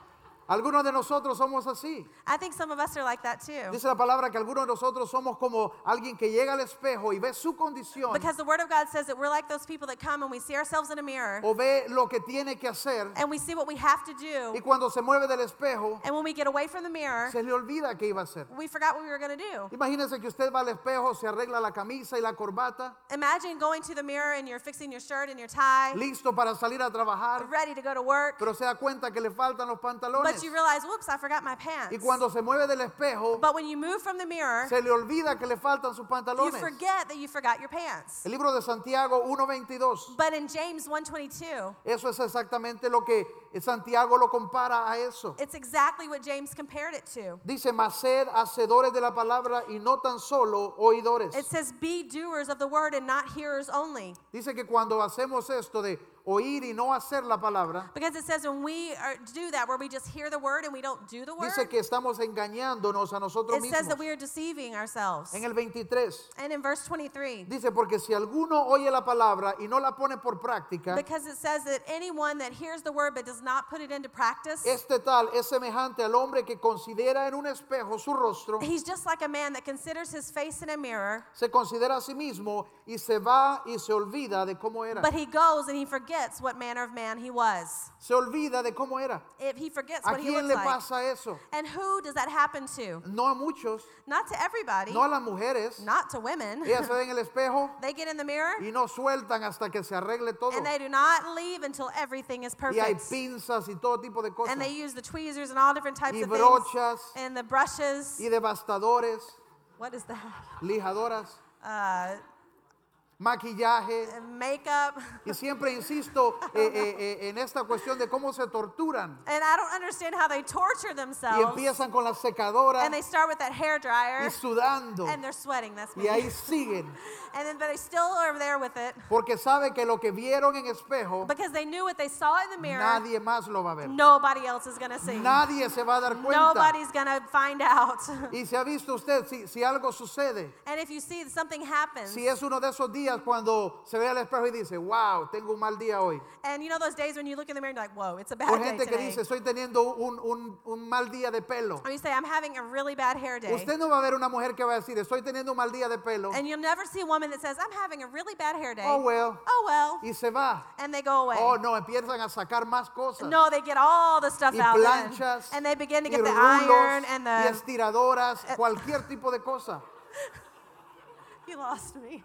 Algunos de nosotros somos así. I think some of us are like that too. Dice la palabra que algunos de nosotros somos como alguien que llega al espejo y ve su condición Because the Word of God says that we're like those people that come and we see ourselves in a mirror o ve lo que tiene que hacer and we see what we have to y do. cuando se mueve del espejo And when we get away from the mirror, se le olvida qué iba a hacer. we forgot what we were going to do. Imagínense que usted va al espejo, se arregla la camisa y la corbata, Imagine going to the mirror and you're fixing your shirt and your tie, listo para salir a trabajar, ready to go to work, pero se da cuenta que le faltan los pantalones. but you realize, whoops, I forgot my Y pants. cuando se mueve del espejo, But when you move from the mirror, se le olvida que le faltan sus you pantalones. forget that you forgot your pants. El libro de Santiago 1.22. But in James 1:22, Eso es exactamente lo que Santiago lo compara a eso. it's exactly what James compared it to. Dice, mas sed hacedores de la palabra y no tan solo oidores. It says, "Be doers of the word and not hearers only." Dice que cuando hacemos esto de oír y no hacer la palabra, Because it says when we are, do that, where we just hear the word and we don't do the word, dice que estamos engañándonos a nosotros it says mismos. that we are deceiving ourselves. En el 23 And in verse 23, dice, porque si alguno oye la palabra y no la pone por práctica, because it says that anyone that hears the word but does not put it into practice, este tal es semejante al hombre que considera en un espejo su rostro, he's just like a man that considers his face in a mirror, se considera a sí mismo y se va y se olvida de cómo era. but he goes and he forgets what manner of man he was. Se olvida de cómo era. If he forgets ¿A what he quién looks le like. pasa eso? And who does that happen to? No a muchos, Not to everybody, no a las mujeres. not to women. Ellas se ven en el espejo They get in the mirror y no sueltan hasta que se arregle todo. and they do not leave until everything is Y hay perfect. pinzas y todo tipo de cosas. And they use the tweezers and all different types Y of brochas. things. And the brushes. Y devastadores, What is that? lijadoras, Uh, maquillaje. makeup. Y siempre insisto eh, eh, eh, en esta cuestión de cómo se torturan. And I don't understand how they torture Y themselves. empiezan con la secadora And they start with that hair dryer. y sudando. And they're sweating. That's me. Y ahí siguen. And then, but they still are there with it Porque sabe que lo que vieron en espejo, because they knew what they saw in the mirror. nadie más lo va a ver. nobody else is gonna see. Nadie se va a dar cuenta. Nobody's gonna find out. Y se ha visto usted, si, si algo sucede, and if you see that something happens, si es uno de esos días cuando se ve al espejo y dice, wow, tengo un mal día hoy. and you know those days when you look in the mirror and you're like, "Whoa, it's a O bad day gente que today," dice, estoy teniendo un, un- un mal día de pelo. or you say, "I'm having a really bad hair day," Usted no va a ver una mujer que va a decir, estoy teniendo un mal día de pelo. and you'll never see a woman that says, "I'm having a really bad hair day." Oh, well. Oh well. Y se va. And they go away. Oh, no, empiezan a sacar más cosas. No, they get all the stuff Y out then. planchas. and they begin to Y get the rulos, iron and y the eh, estiradoras, cualquier tipo de cosa. you lost me.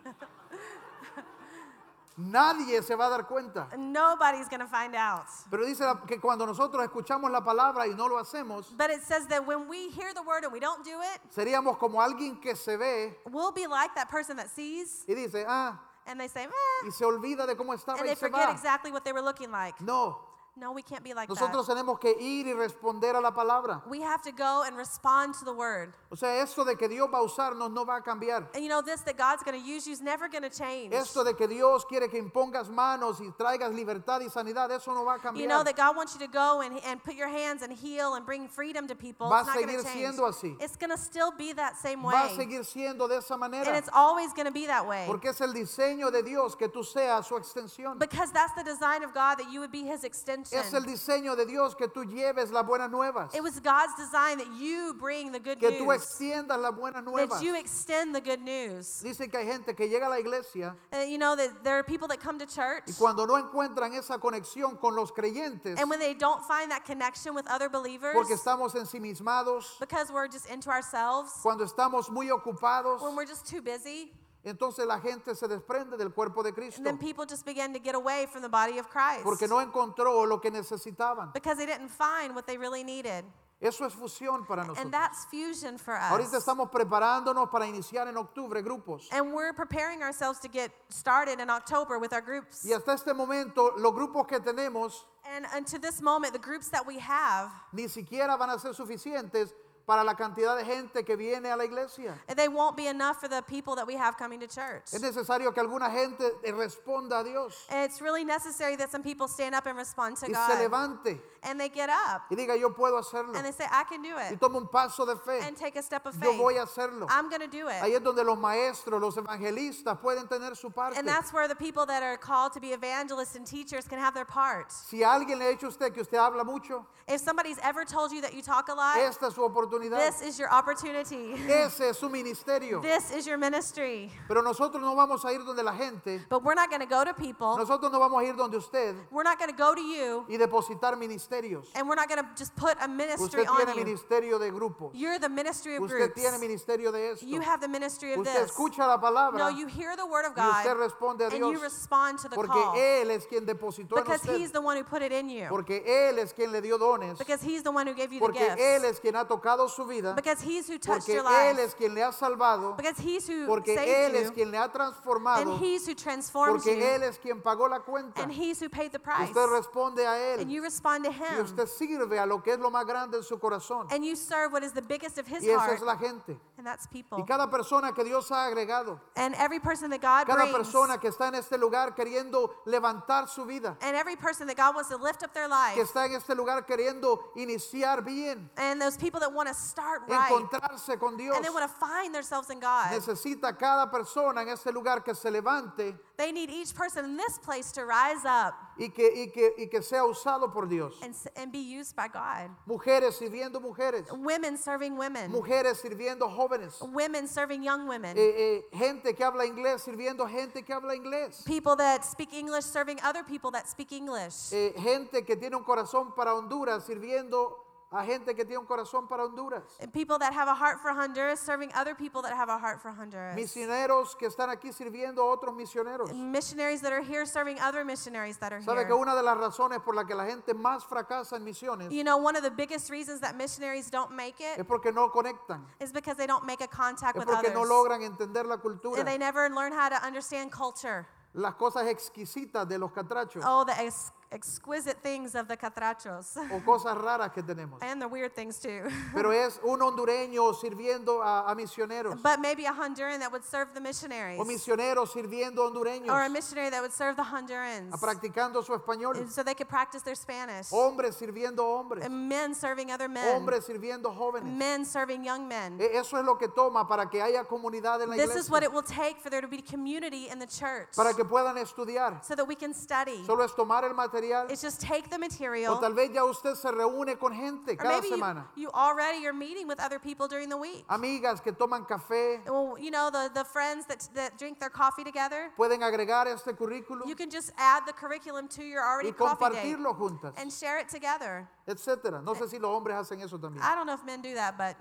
Nadie se va a dar cuenta. Nobody's gonna find out. Pero dice la- que cuando nosotros escuchamos la palabra y no lo hacemos, But it says that when we hear the word and we don't do it, seríamos como alguien que se ve we'll be like that person that sees y dice, ah, and they say, "Meh," y se olvida de cómo estaba y and they se forget va. exactly what they were looking like. No, No, we can't be like nosotros that. tenemos que ir y responder a la palabra. We have to go and respond to the word. O sea, esto de que Dios va a usarnos no va a cambiar. And you know this that God's going to use you is never going to change. Esto de que Dios quiere que impongas manos y traigas libertad y sanidad, eso no va a You know cambiar. that God wants you to go and, and put your hands and heal and bring freedom to people. Va it's a not going seguir to change. siendo así. It's going to still be that same way. Va a seguir siendo de esa And manera. it's always going to be that way. Porque es el diseño de Dios que tú seas su extensión. Because that's the design of God that you would be his extension. Es el diseño de Dios que tú lleves las buenas nuevas. It was God's design that you bring the good Que tú news. extiendas las buenas That nuevas. you extend the good news. Dice que hay gente que llega a la iglesia Uh, you know that there are people that come to church y cuando no encuentran esa conexión con los creyentes, and when they don't find that connection with other believers porque estamos ensimismados, because we're just into ourselves, cuando estamos muy ocupados, when we're just too busy, entonces la gente se desprende del cuerpo de and Cristo then people just begin to get away from the body of Christ. porque no encontró lo que necesitaban. because they didn't find what they really needed. Eso es fusión para And nosotros. that's fusion for us. Ahorita estamos preparándonos para iniciar en octubre grupos. and we're preparing ourselves to get started in October with our groups. Y hasta este momento los grupos que tenemos And, and to this moment, the groups that we have, ni siquiera van a ser suficientes para la cantidad de gente que viene a la iglesia. they won't be enough for the people that we have coming to church. Es necesario que alguna gente eh, responda a Dios And it's really necessary that some people stand up and respond to y se God. levante. and they get up y diga, yo puedo hacerlo. and they say, I can do Y it, toma un paso de fe. and take a step of Yo faith. voy a hacerlo. I'm going to do Ahí es it. donde los maestros, los evangelistas pueden tener su parte. And that's where the people that are called to be evangelists and teachers can have their part. Si alguien le ha hecho a usted que usted habla mucho, If somebody's ever told you that you talk a lot, esta es su oportunidad. this is your opportunity. Ese es su ministerio. This is your ministry. Pero nosotros no vamos a ir donde la gente, But we're not going to go to people. nosotros no vamos a ir donde usted We're not going to go to you. y depositar ministerios. And we're not going to just put a ministry Usted on tiene you. ministerio de grupos. You're the ministry of Usted groups. tiene ministerio de esto. You have the ministry of Usted this. escucha la palabra No, you hear the word of y usted God responde a and you Dios respond to the porque call Él es quien depositó en because He's usted, the one who put it in you, porque Él es quien le dio dones, because He's the one who gave you the porque Él gifts, es quien ha tocado su vida, because He's who touched porque your Él life, es quien le ha salvado, because He's who porque Él es saved you, quien le ha transformado, and He's who transforms porque Él you, es quien pagó la cuenta. and He's who paid the price. Usted responde a And Él you respond to y usted Him, sirve a lo que es lo más grande en su corazón. and you serve what is the biggest of His Y esa es heart, la gente. and that's Y people. cada persona que Dios ha agregado, And every person that God cada brings, persona que está en este lugar queriendo levantar su vida, and every person that God wants to lift up their que life, está en este lugar queriendo iniciar bien, and those people that want to start right, encontrarse con Dios. and they want to find themselves in God. Necesita cada persona en este lugar que se levante They need each person in this place to rise up y que, y que, y que sea usado por Dios. and, s- and be used by God. Mujeres sirviendo mujeres, Women serving women. mujeres sirviendo jóvenes, Women serving young women. eh, eh, gente que habla inglés sirviendo gente que habla inglés, People that speak English serving other people that speak English. eh, gente que tiene un corazón para Honduras sirviendo a gente que tiene un corazón para Honduras. And people that have a heart for Honduras serving other people that have a heart for Honduras. Misioneros que están aquí sirviendo a otros misioneros. Missionaries that are here serving other missionaries that are Sabe que here. una de las razones por la que la gente más fracasa en misiones You know, one of the biggest reasons that missionaries don't make es it porque no conectan, is because they don't make a contact es with porque others. no logran entender la cultura, And they never learn how to understand culture. las cosas exquisitas de los catrachos Oh, the ex- exquisite things of the catrachos. o cosas raras que tenemos. and the weird things too. Pero es un hondureño sirviendo a, a misioneros but maybe a Honduran that would serve the o missionaries, misioneros sirviendo a hondureños, or a missionary that would serve the Hondurans, a- practicando su español, and so they could practice their Spanish. hombres sirviendo a hombres, And men serving other men, Oh, hombres sirviendo a jóvenes. men serving young men. E- Eso es lo que toma para que haya comunidad en la This is what iglesia, it will take for there to be community in the church, para que puedan estudiar. so that we can study. Solo es tomar el material It's just take the O material, tal vez ya usted se reúne con gente or cada maybe you, semana. you already are meeting with other people during the week. Amigas que toman café, Well, you know the the friends that that drink their coffee together. pueden agregar este currículum You can just add the curriculum to your already y coffee date. compartirlo juntas, and share it together. etcétera. No sé si los hombres hacen eso también, I don't know if men do that, but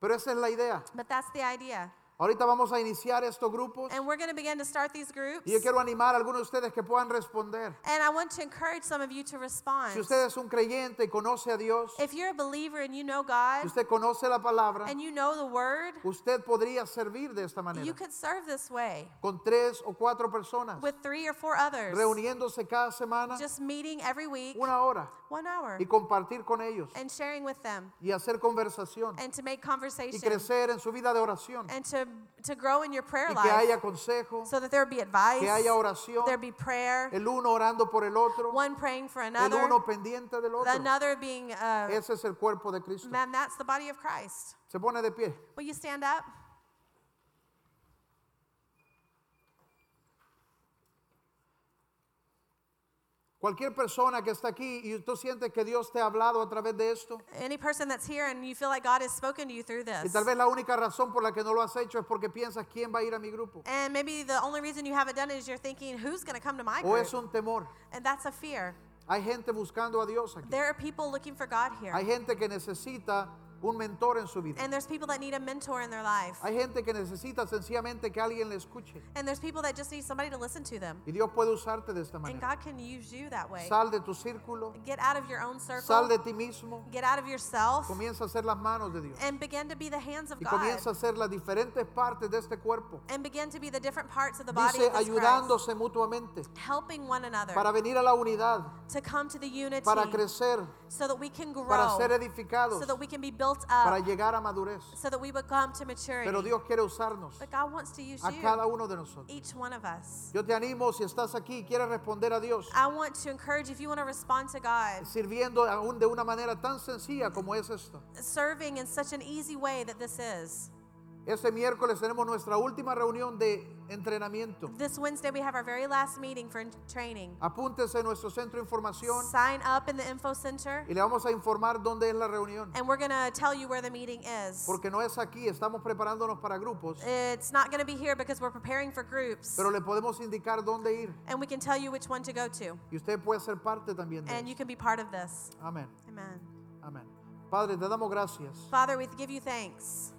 pero esa es la idea. but that's the idea. Ahorita vamos a iniciar estos grupos And we're going to begin to start these groups. y yo quiero animar a algunos de ustedes que puedan responder. And I want to encourage some of you to respond. Si usted es un creyente y conoce a Dios, If you're a believer and you know si God usted conoce la palabra, and you know the word, usted podría servir de esta you manera could serve this way con tres o cuatro personas, with three or four others. reuniéndose cada semana Just meeting every week, una hora one hour, y compartir con ellos and sharing with them, y hacer conversación. and to make y conversation, crecer en su vida de oración and to, to grow in your prayer y que life haya consejo, so that there be advice, que haya oración, there be prayer, el uno orando por el otro, one praying for el another, uno pendiente del otro. another being uh, Ese es el cuerpo de Cristo. man that's the body of christ Se pone de pie. will you stand up Cualquier persona que está aquí y tú sientes que Dios te ha hablado a través de esto, any person that's here and you feel like god has spoken to you through y this tal vez la única razón por la que no lo has hecho es porque piensas quién va a ir a mi grupo, and maybe the only reason you haven't done it is you're thinking who's going to come to my o es group un temor. and that's a fear Hay gente buscando a Dios aquí. there are people looking for god Hay here gente que necesita un mentor en su vida. and there's people that need a mentor in their life Hay gente que necesita sencillamente que alguien le escuche. and there's people that just need somebody to listen to them Y Dios puede usarte de esta and manera. god can use you that way Sal de tu círculo, get out of your own sal circle de ti mismo, get out of yourself comienza a hacer las manos de Dios and begin to be the hands of y god comienza a hacer las diferentes partes de este cuerpo. and begin to be the different parts of the body Dice of this Christ. ayudándose mutuamente helping one another para venir a la unidad, to come to the unity para crecer, so that we can para ser grow, edificados, so that we can be built para up, llegar a madurez. so that we would come to Pero maturity. Dios quiere usarnos But God wants to use a you, cada uno de nosotros. each one of us. Yo te animo si estás aquí y quieres responder a Dios I want to encourage you, if you want to respond to God, sirviendo aún de una manera tan sencilla como es esta. serving in such an easy way that this is. Este miércoles tenemos nuestra última reunión de entrenamiento. This Wednesday, we have our very last meeting for training. Apúntese en nuestro centro de información Sign up in the info center, y le vamos a informar dónde es la reunión. and we're going to tell you where the meeting is. Porque no es aquí, estamos preparándonos para grupos, It's not going to be here because we're preparing for groups, pero le podemos indicar dónde ir and we can tell you which one to go to, y usted puede ser parte también de and you eso. can be part of this. Amén, Amen. amén. Padre, te damos gracias Father, we give you thanks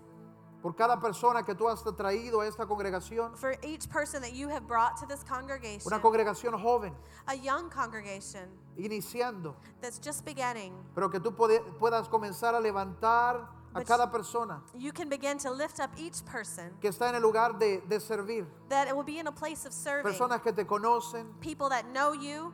por cada persona que tú has traído a esta congregación, for each person that you have brought to this congregation, una congregación joven, a young congregation iniciando, that's just beginning. pero que tú pode- puedas comenzar a levantar a But- cada persona You can begin to lift up each person, que está en el lugar de, de servir. that it will be in a place of serving. Personas que te conocen, People that know you,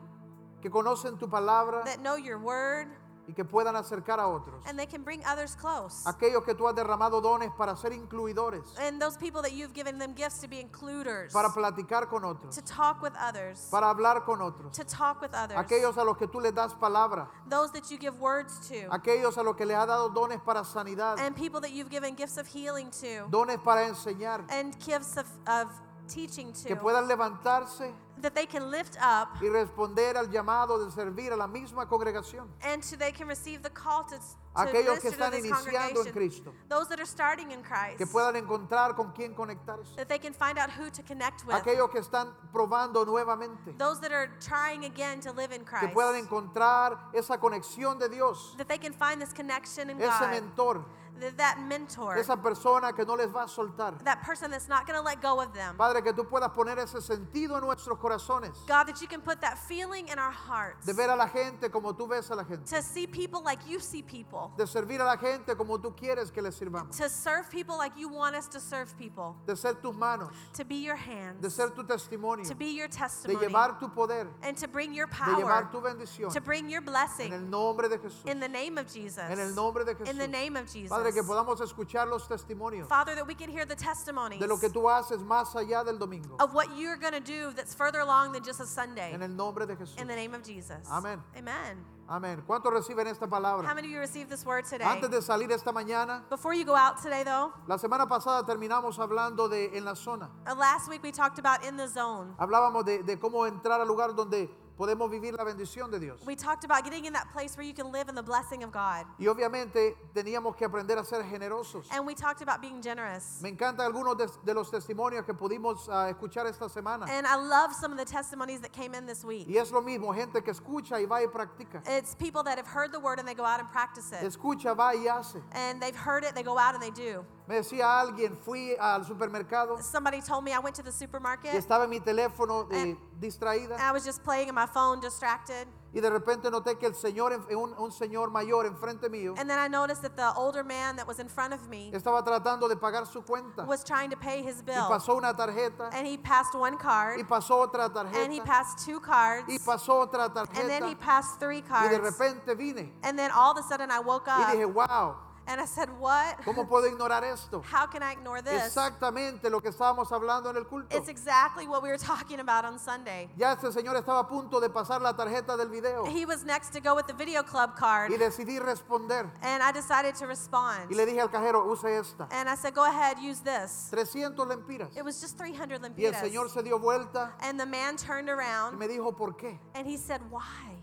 que conocen tu palabra that know your word, y que puedan acercar a otros. and they can bring others close. Aquellos que tú has derramado dones para ser incluidores, And those people that you've given them gifts to be includers, para platicar con otros, to talk with others, para hablar con otros. to talk with others. Aquellos a los que tú les das palabra, those that you give words to, aquellos a los que les has dado dones para sanidad, and people that you've given gifts of healing to, dones para enseñar, and gifts of, of teaching que to, puedan levantarse that they can lift up y responder al llamado de servir a la misma congregación. and so they can receive the call to, to Aquellos que minister to están this iniciando en congregation. Cristo, Those that are starting in Christ, que puedan encontrar con quién conectarse. that they can find out who to connect with. Aquellos que están probando nuevamente, Those that are trying again to live in que Christ, puedan encontrar esa conexión de Dios, that they can find this connection in ese God, mentor, that, that mentor, esa persona que no les va a soltar. that person that's not going to let go of them. Padre, que tú puedas poner ese sentido en nuestros corazones, God, that you can put that feeling in our hearts de ver a la gente como tú ves a la gente, to see people like you see people, de servir a la gente como tú quieres que les sirvamos, to serve people like you want us to serve people, de ser tus manos, to be your de hands, ser tu testimonio, to be your de testimony, llevar tu poder, and to bring your de llevar power, tu bendición, to bring your en el blessing nombre de Jesús, in the name of Jesus. en el nombre de In the Jesús. name of Jesus. Padre, que podamos escuchar los testimonios Father, that we can hear the testimonies de lo que tú haces más allá del domingo, of what you're going to do that's further along than just a Sunday. en el nombre de Jesús. In the name of Jesus. Amen. Amen. Amén. ¿Cuántos reciben esta How palabra? many of you received this word today? Antes de salir esta mañana, Before you go out today, though, la semana pasada terminamos hablando de en la zona. uh, last week we talked about in the zone. Hablábamos de, de cómo entrar al lugar donde podemos vivir la bendición de Dios. We talked about getting in that place where you can live in the blessing of God. Y obviamente teníamos que aprender a ser generosos. And we talked about being generous. Me encantan algunos de, de los testimonios que pudimos ah, escuchar esta semana. And I love some of the testimonies that came in this week. Y es lo mismo, gente que escucha y va y practica. It's people that have heard the word and they go out and practice it. Escucha, va y hace. And they've heard it, they go out and they do. Me decía alguien, fui al supermercado Somebody told me I went to the y supermarket. estaba en mi teléfono eh, and distraída I was just playing on my phone, distracted. y de repente noté que el señor, en- un, un señor mayor enfrente mío And then I noticed that the older man that was in front of me estaba tratando de pagar su cuenta. was trying to pay his Y bill. pasó una tarjeta And he passed one y card, pasó otra and he tarjeta. passed two cards, y pasó otra and then he tarjeta passed three y de cards. repente vine And then all of a sudden I woke y up dije, wow, and I said, What? ¿cómo puedo ignorar esto? How can I ignore this? Exactamente lo que estábamos hablando en el culto. It's exactly what we were talking about on Sunday. Ya este señor estaba a punto de pasar la tarjeta del video He was next to go with the video club card, y decidí responder and I decided to respond. y le dije al cajero, use esta. And I said, Go ahead, use this. 300 lempiras. It was just 300 Y el señor lempiras. se dio vuelta And the man turned y around me dijo, ¿por qué? and he said, Why?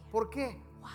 ¿Por qué? Why?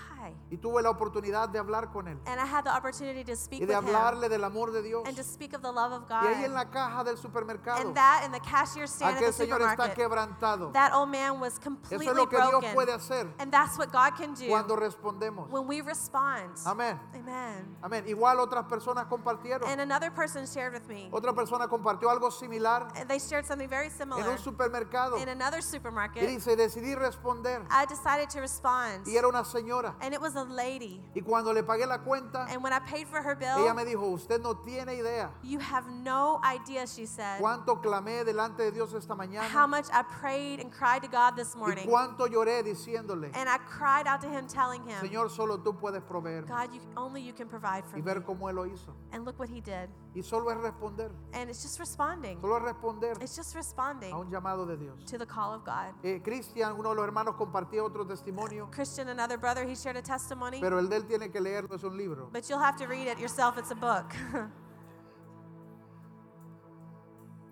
Y tuve la oportunidad de hablar con él And I had the opportunity to speak y de with him hablarle del amor de Dios. and to speak of the love of Y ahí en God. la caja del supermercado, And that in the cashier stand at aquel the señor está supermarket, quebrantado. that old man was Eso completely es lo que Dios puede broken. hacer. And that's what God can do cuando respondemos. when we respond. Amén. Amen. Amén. Igual otras personas compartieron. And another person shared with me. Otra persona compartió algo similar and They shared something very en similar un supermercado. in another supermarket. Y dice, decidí responder. I decided to respond. Y era una señora. and it was a lady. Y cuando le pagué la cuenta, And when I paid for her ella bill, me dijo, usted no tiene idea you have no idea, she said, cuánto clamé delante de Dios esta how mañana much I prayed and cried to God this y morning. cuánto lloré diciéndole, And I cried out to him, telling him, Señor, solo tú puedes proveer God, you, only you can provide for y me. ver cómo Él lo hizo. And look what he did. Y solo es responder, And it's just responding. solo es responder It's just a responding un llamado de Dios. to the call of God. Eh, Cristian, uno de los hermanos, compartía otro testimonio, Christian, another brother, he shared a testimony, pero el de él tiene que leerlo, es un libro. but you'll have to read it yourself. It's a book.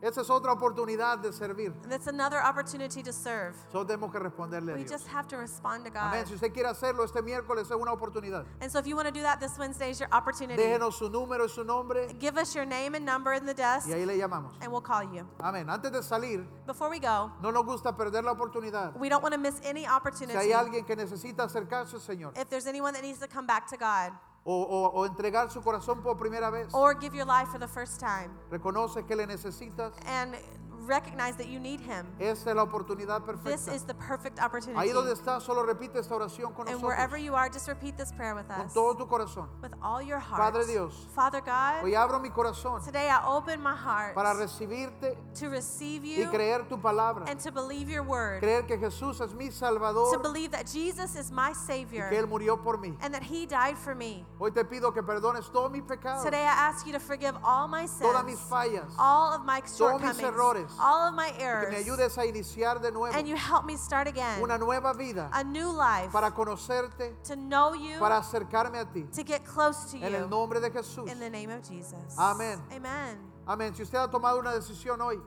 Esa es otra oportunidad de servir. And That's another opportunity to serve. Solo tenemos que responderle a We Dios. just have to respond to God. Amén. Si usted quiere hacerlo este miércoles, es una oportunidad. And so if you want to do that this Wednesday is your opportunity. Déjenos su número y su nombre Give us your name and number in the desk y ahí le llamamos. and we'll call you. Amén. Antes de salir, Before we go, no nos gusta perder la oportunidad. we don't want to miss any Si opportunity. hay alguien que necesita acercarse al Señor If there's anyone that needs to come back to God o, o- o entregar su corazón por primera vez, or give your life for the first time reconoce que le necesitas, and recognize that you need him, esta es la oportunidad this perfecta. is the perfect Ahí opportunity. donde estás, solo repite esta oración con And nosotros, wherever you are, just repeat this prayer with con us. todo tu corazón. With all your heart. Padre Dios, Father God, Hoy abro mi corazón today I open my heart para recibirte to receive y you creer tu palabra, and to believe your word. creer que Jesús es mi to Salvador believe that Jesus is my y que Él Savior murió por mí. and that He died for me. Hoy te pido que perdones todos mis pecados, Today I ask you to forgive all my todas mis sins, fallas, all of my todos mis shortcomings, errores, all of my que me errors, ayudes a iniciar de nuevo and you help me start again una nueva vida a new life para conocerte, to know you, para acercarme a ti. to get close to En el you. nombre de Jesús. In the name of Jesus. Amén. Amen. Amén. Si usted ha tomado una decisión hoy,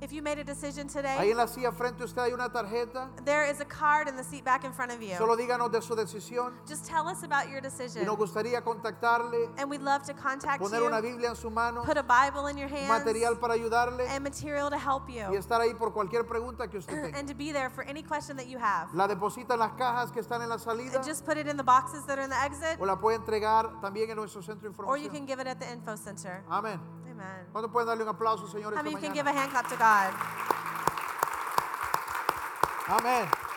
If you made a decision ahí today, en la silla frente a usted hay una tarjeta. there is a card in the seat back in front of you. Solo díganos de su decisión Just tell us about your y decision. nos gustaría contactarle, And we'd love to contact poner una you, Biblia en su mano, put a Bible in your hands, material para ayudarle and material to help y you, estar ahí por cualquier pregunta que usted tenga. and to be there for any question that you have. La deposita en las cajas que están en la salida Just put it in the boxes that are in the exit, o la puede entregar también en nuestro centro de or you información. can give it at the info center. Amén. Amen. ¿Cuánto pueden darle un aplauso, Señor? How esta many you can mañana? give a hand clap to God? Amén.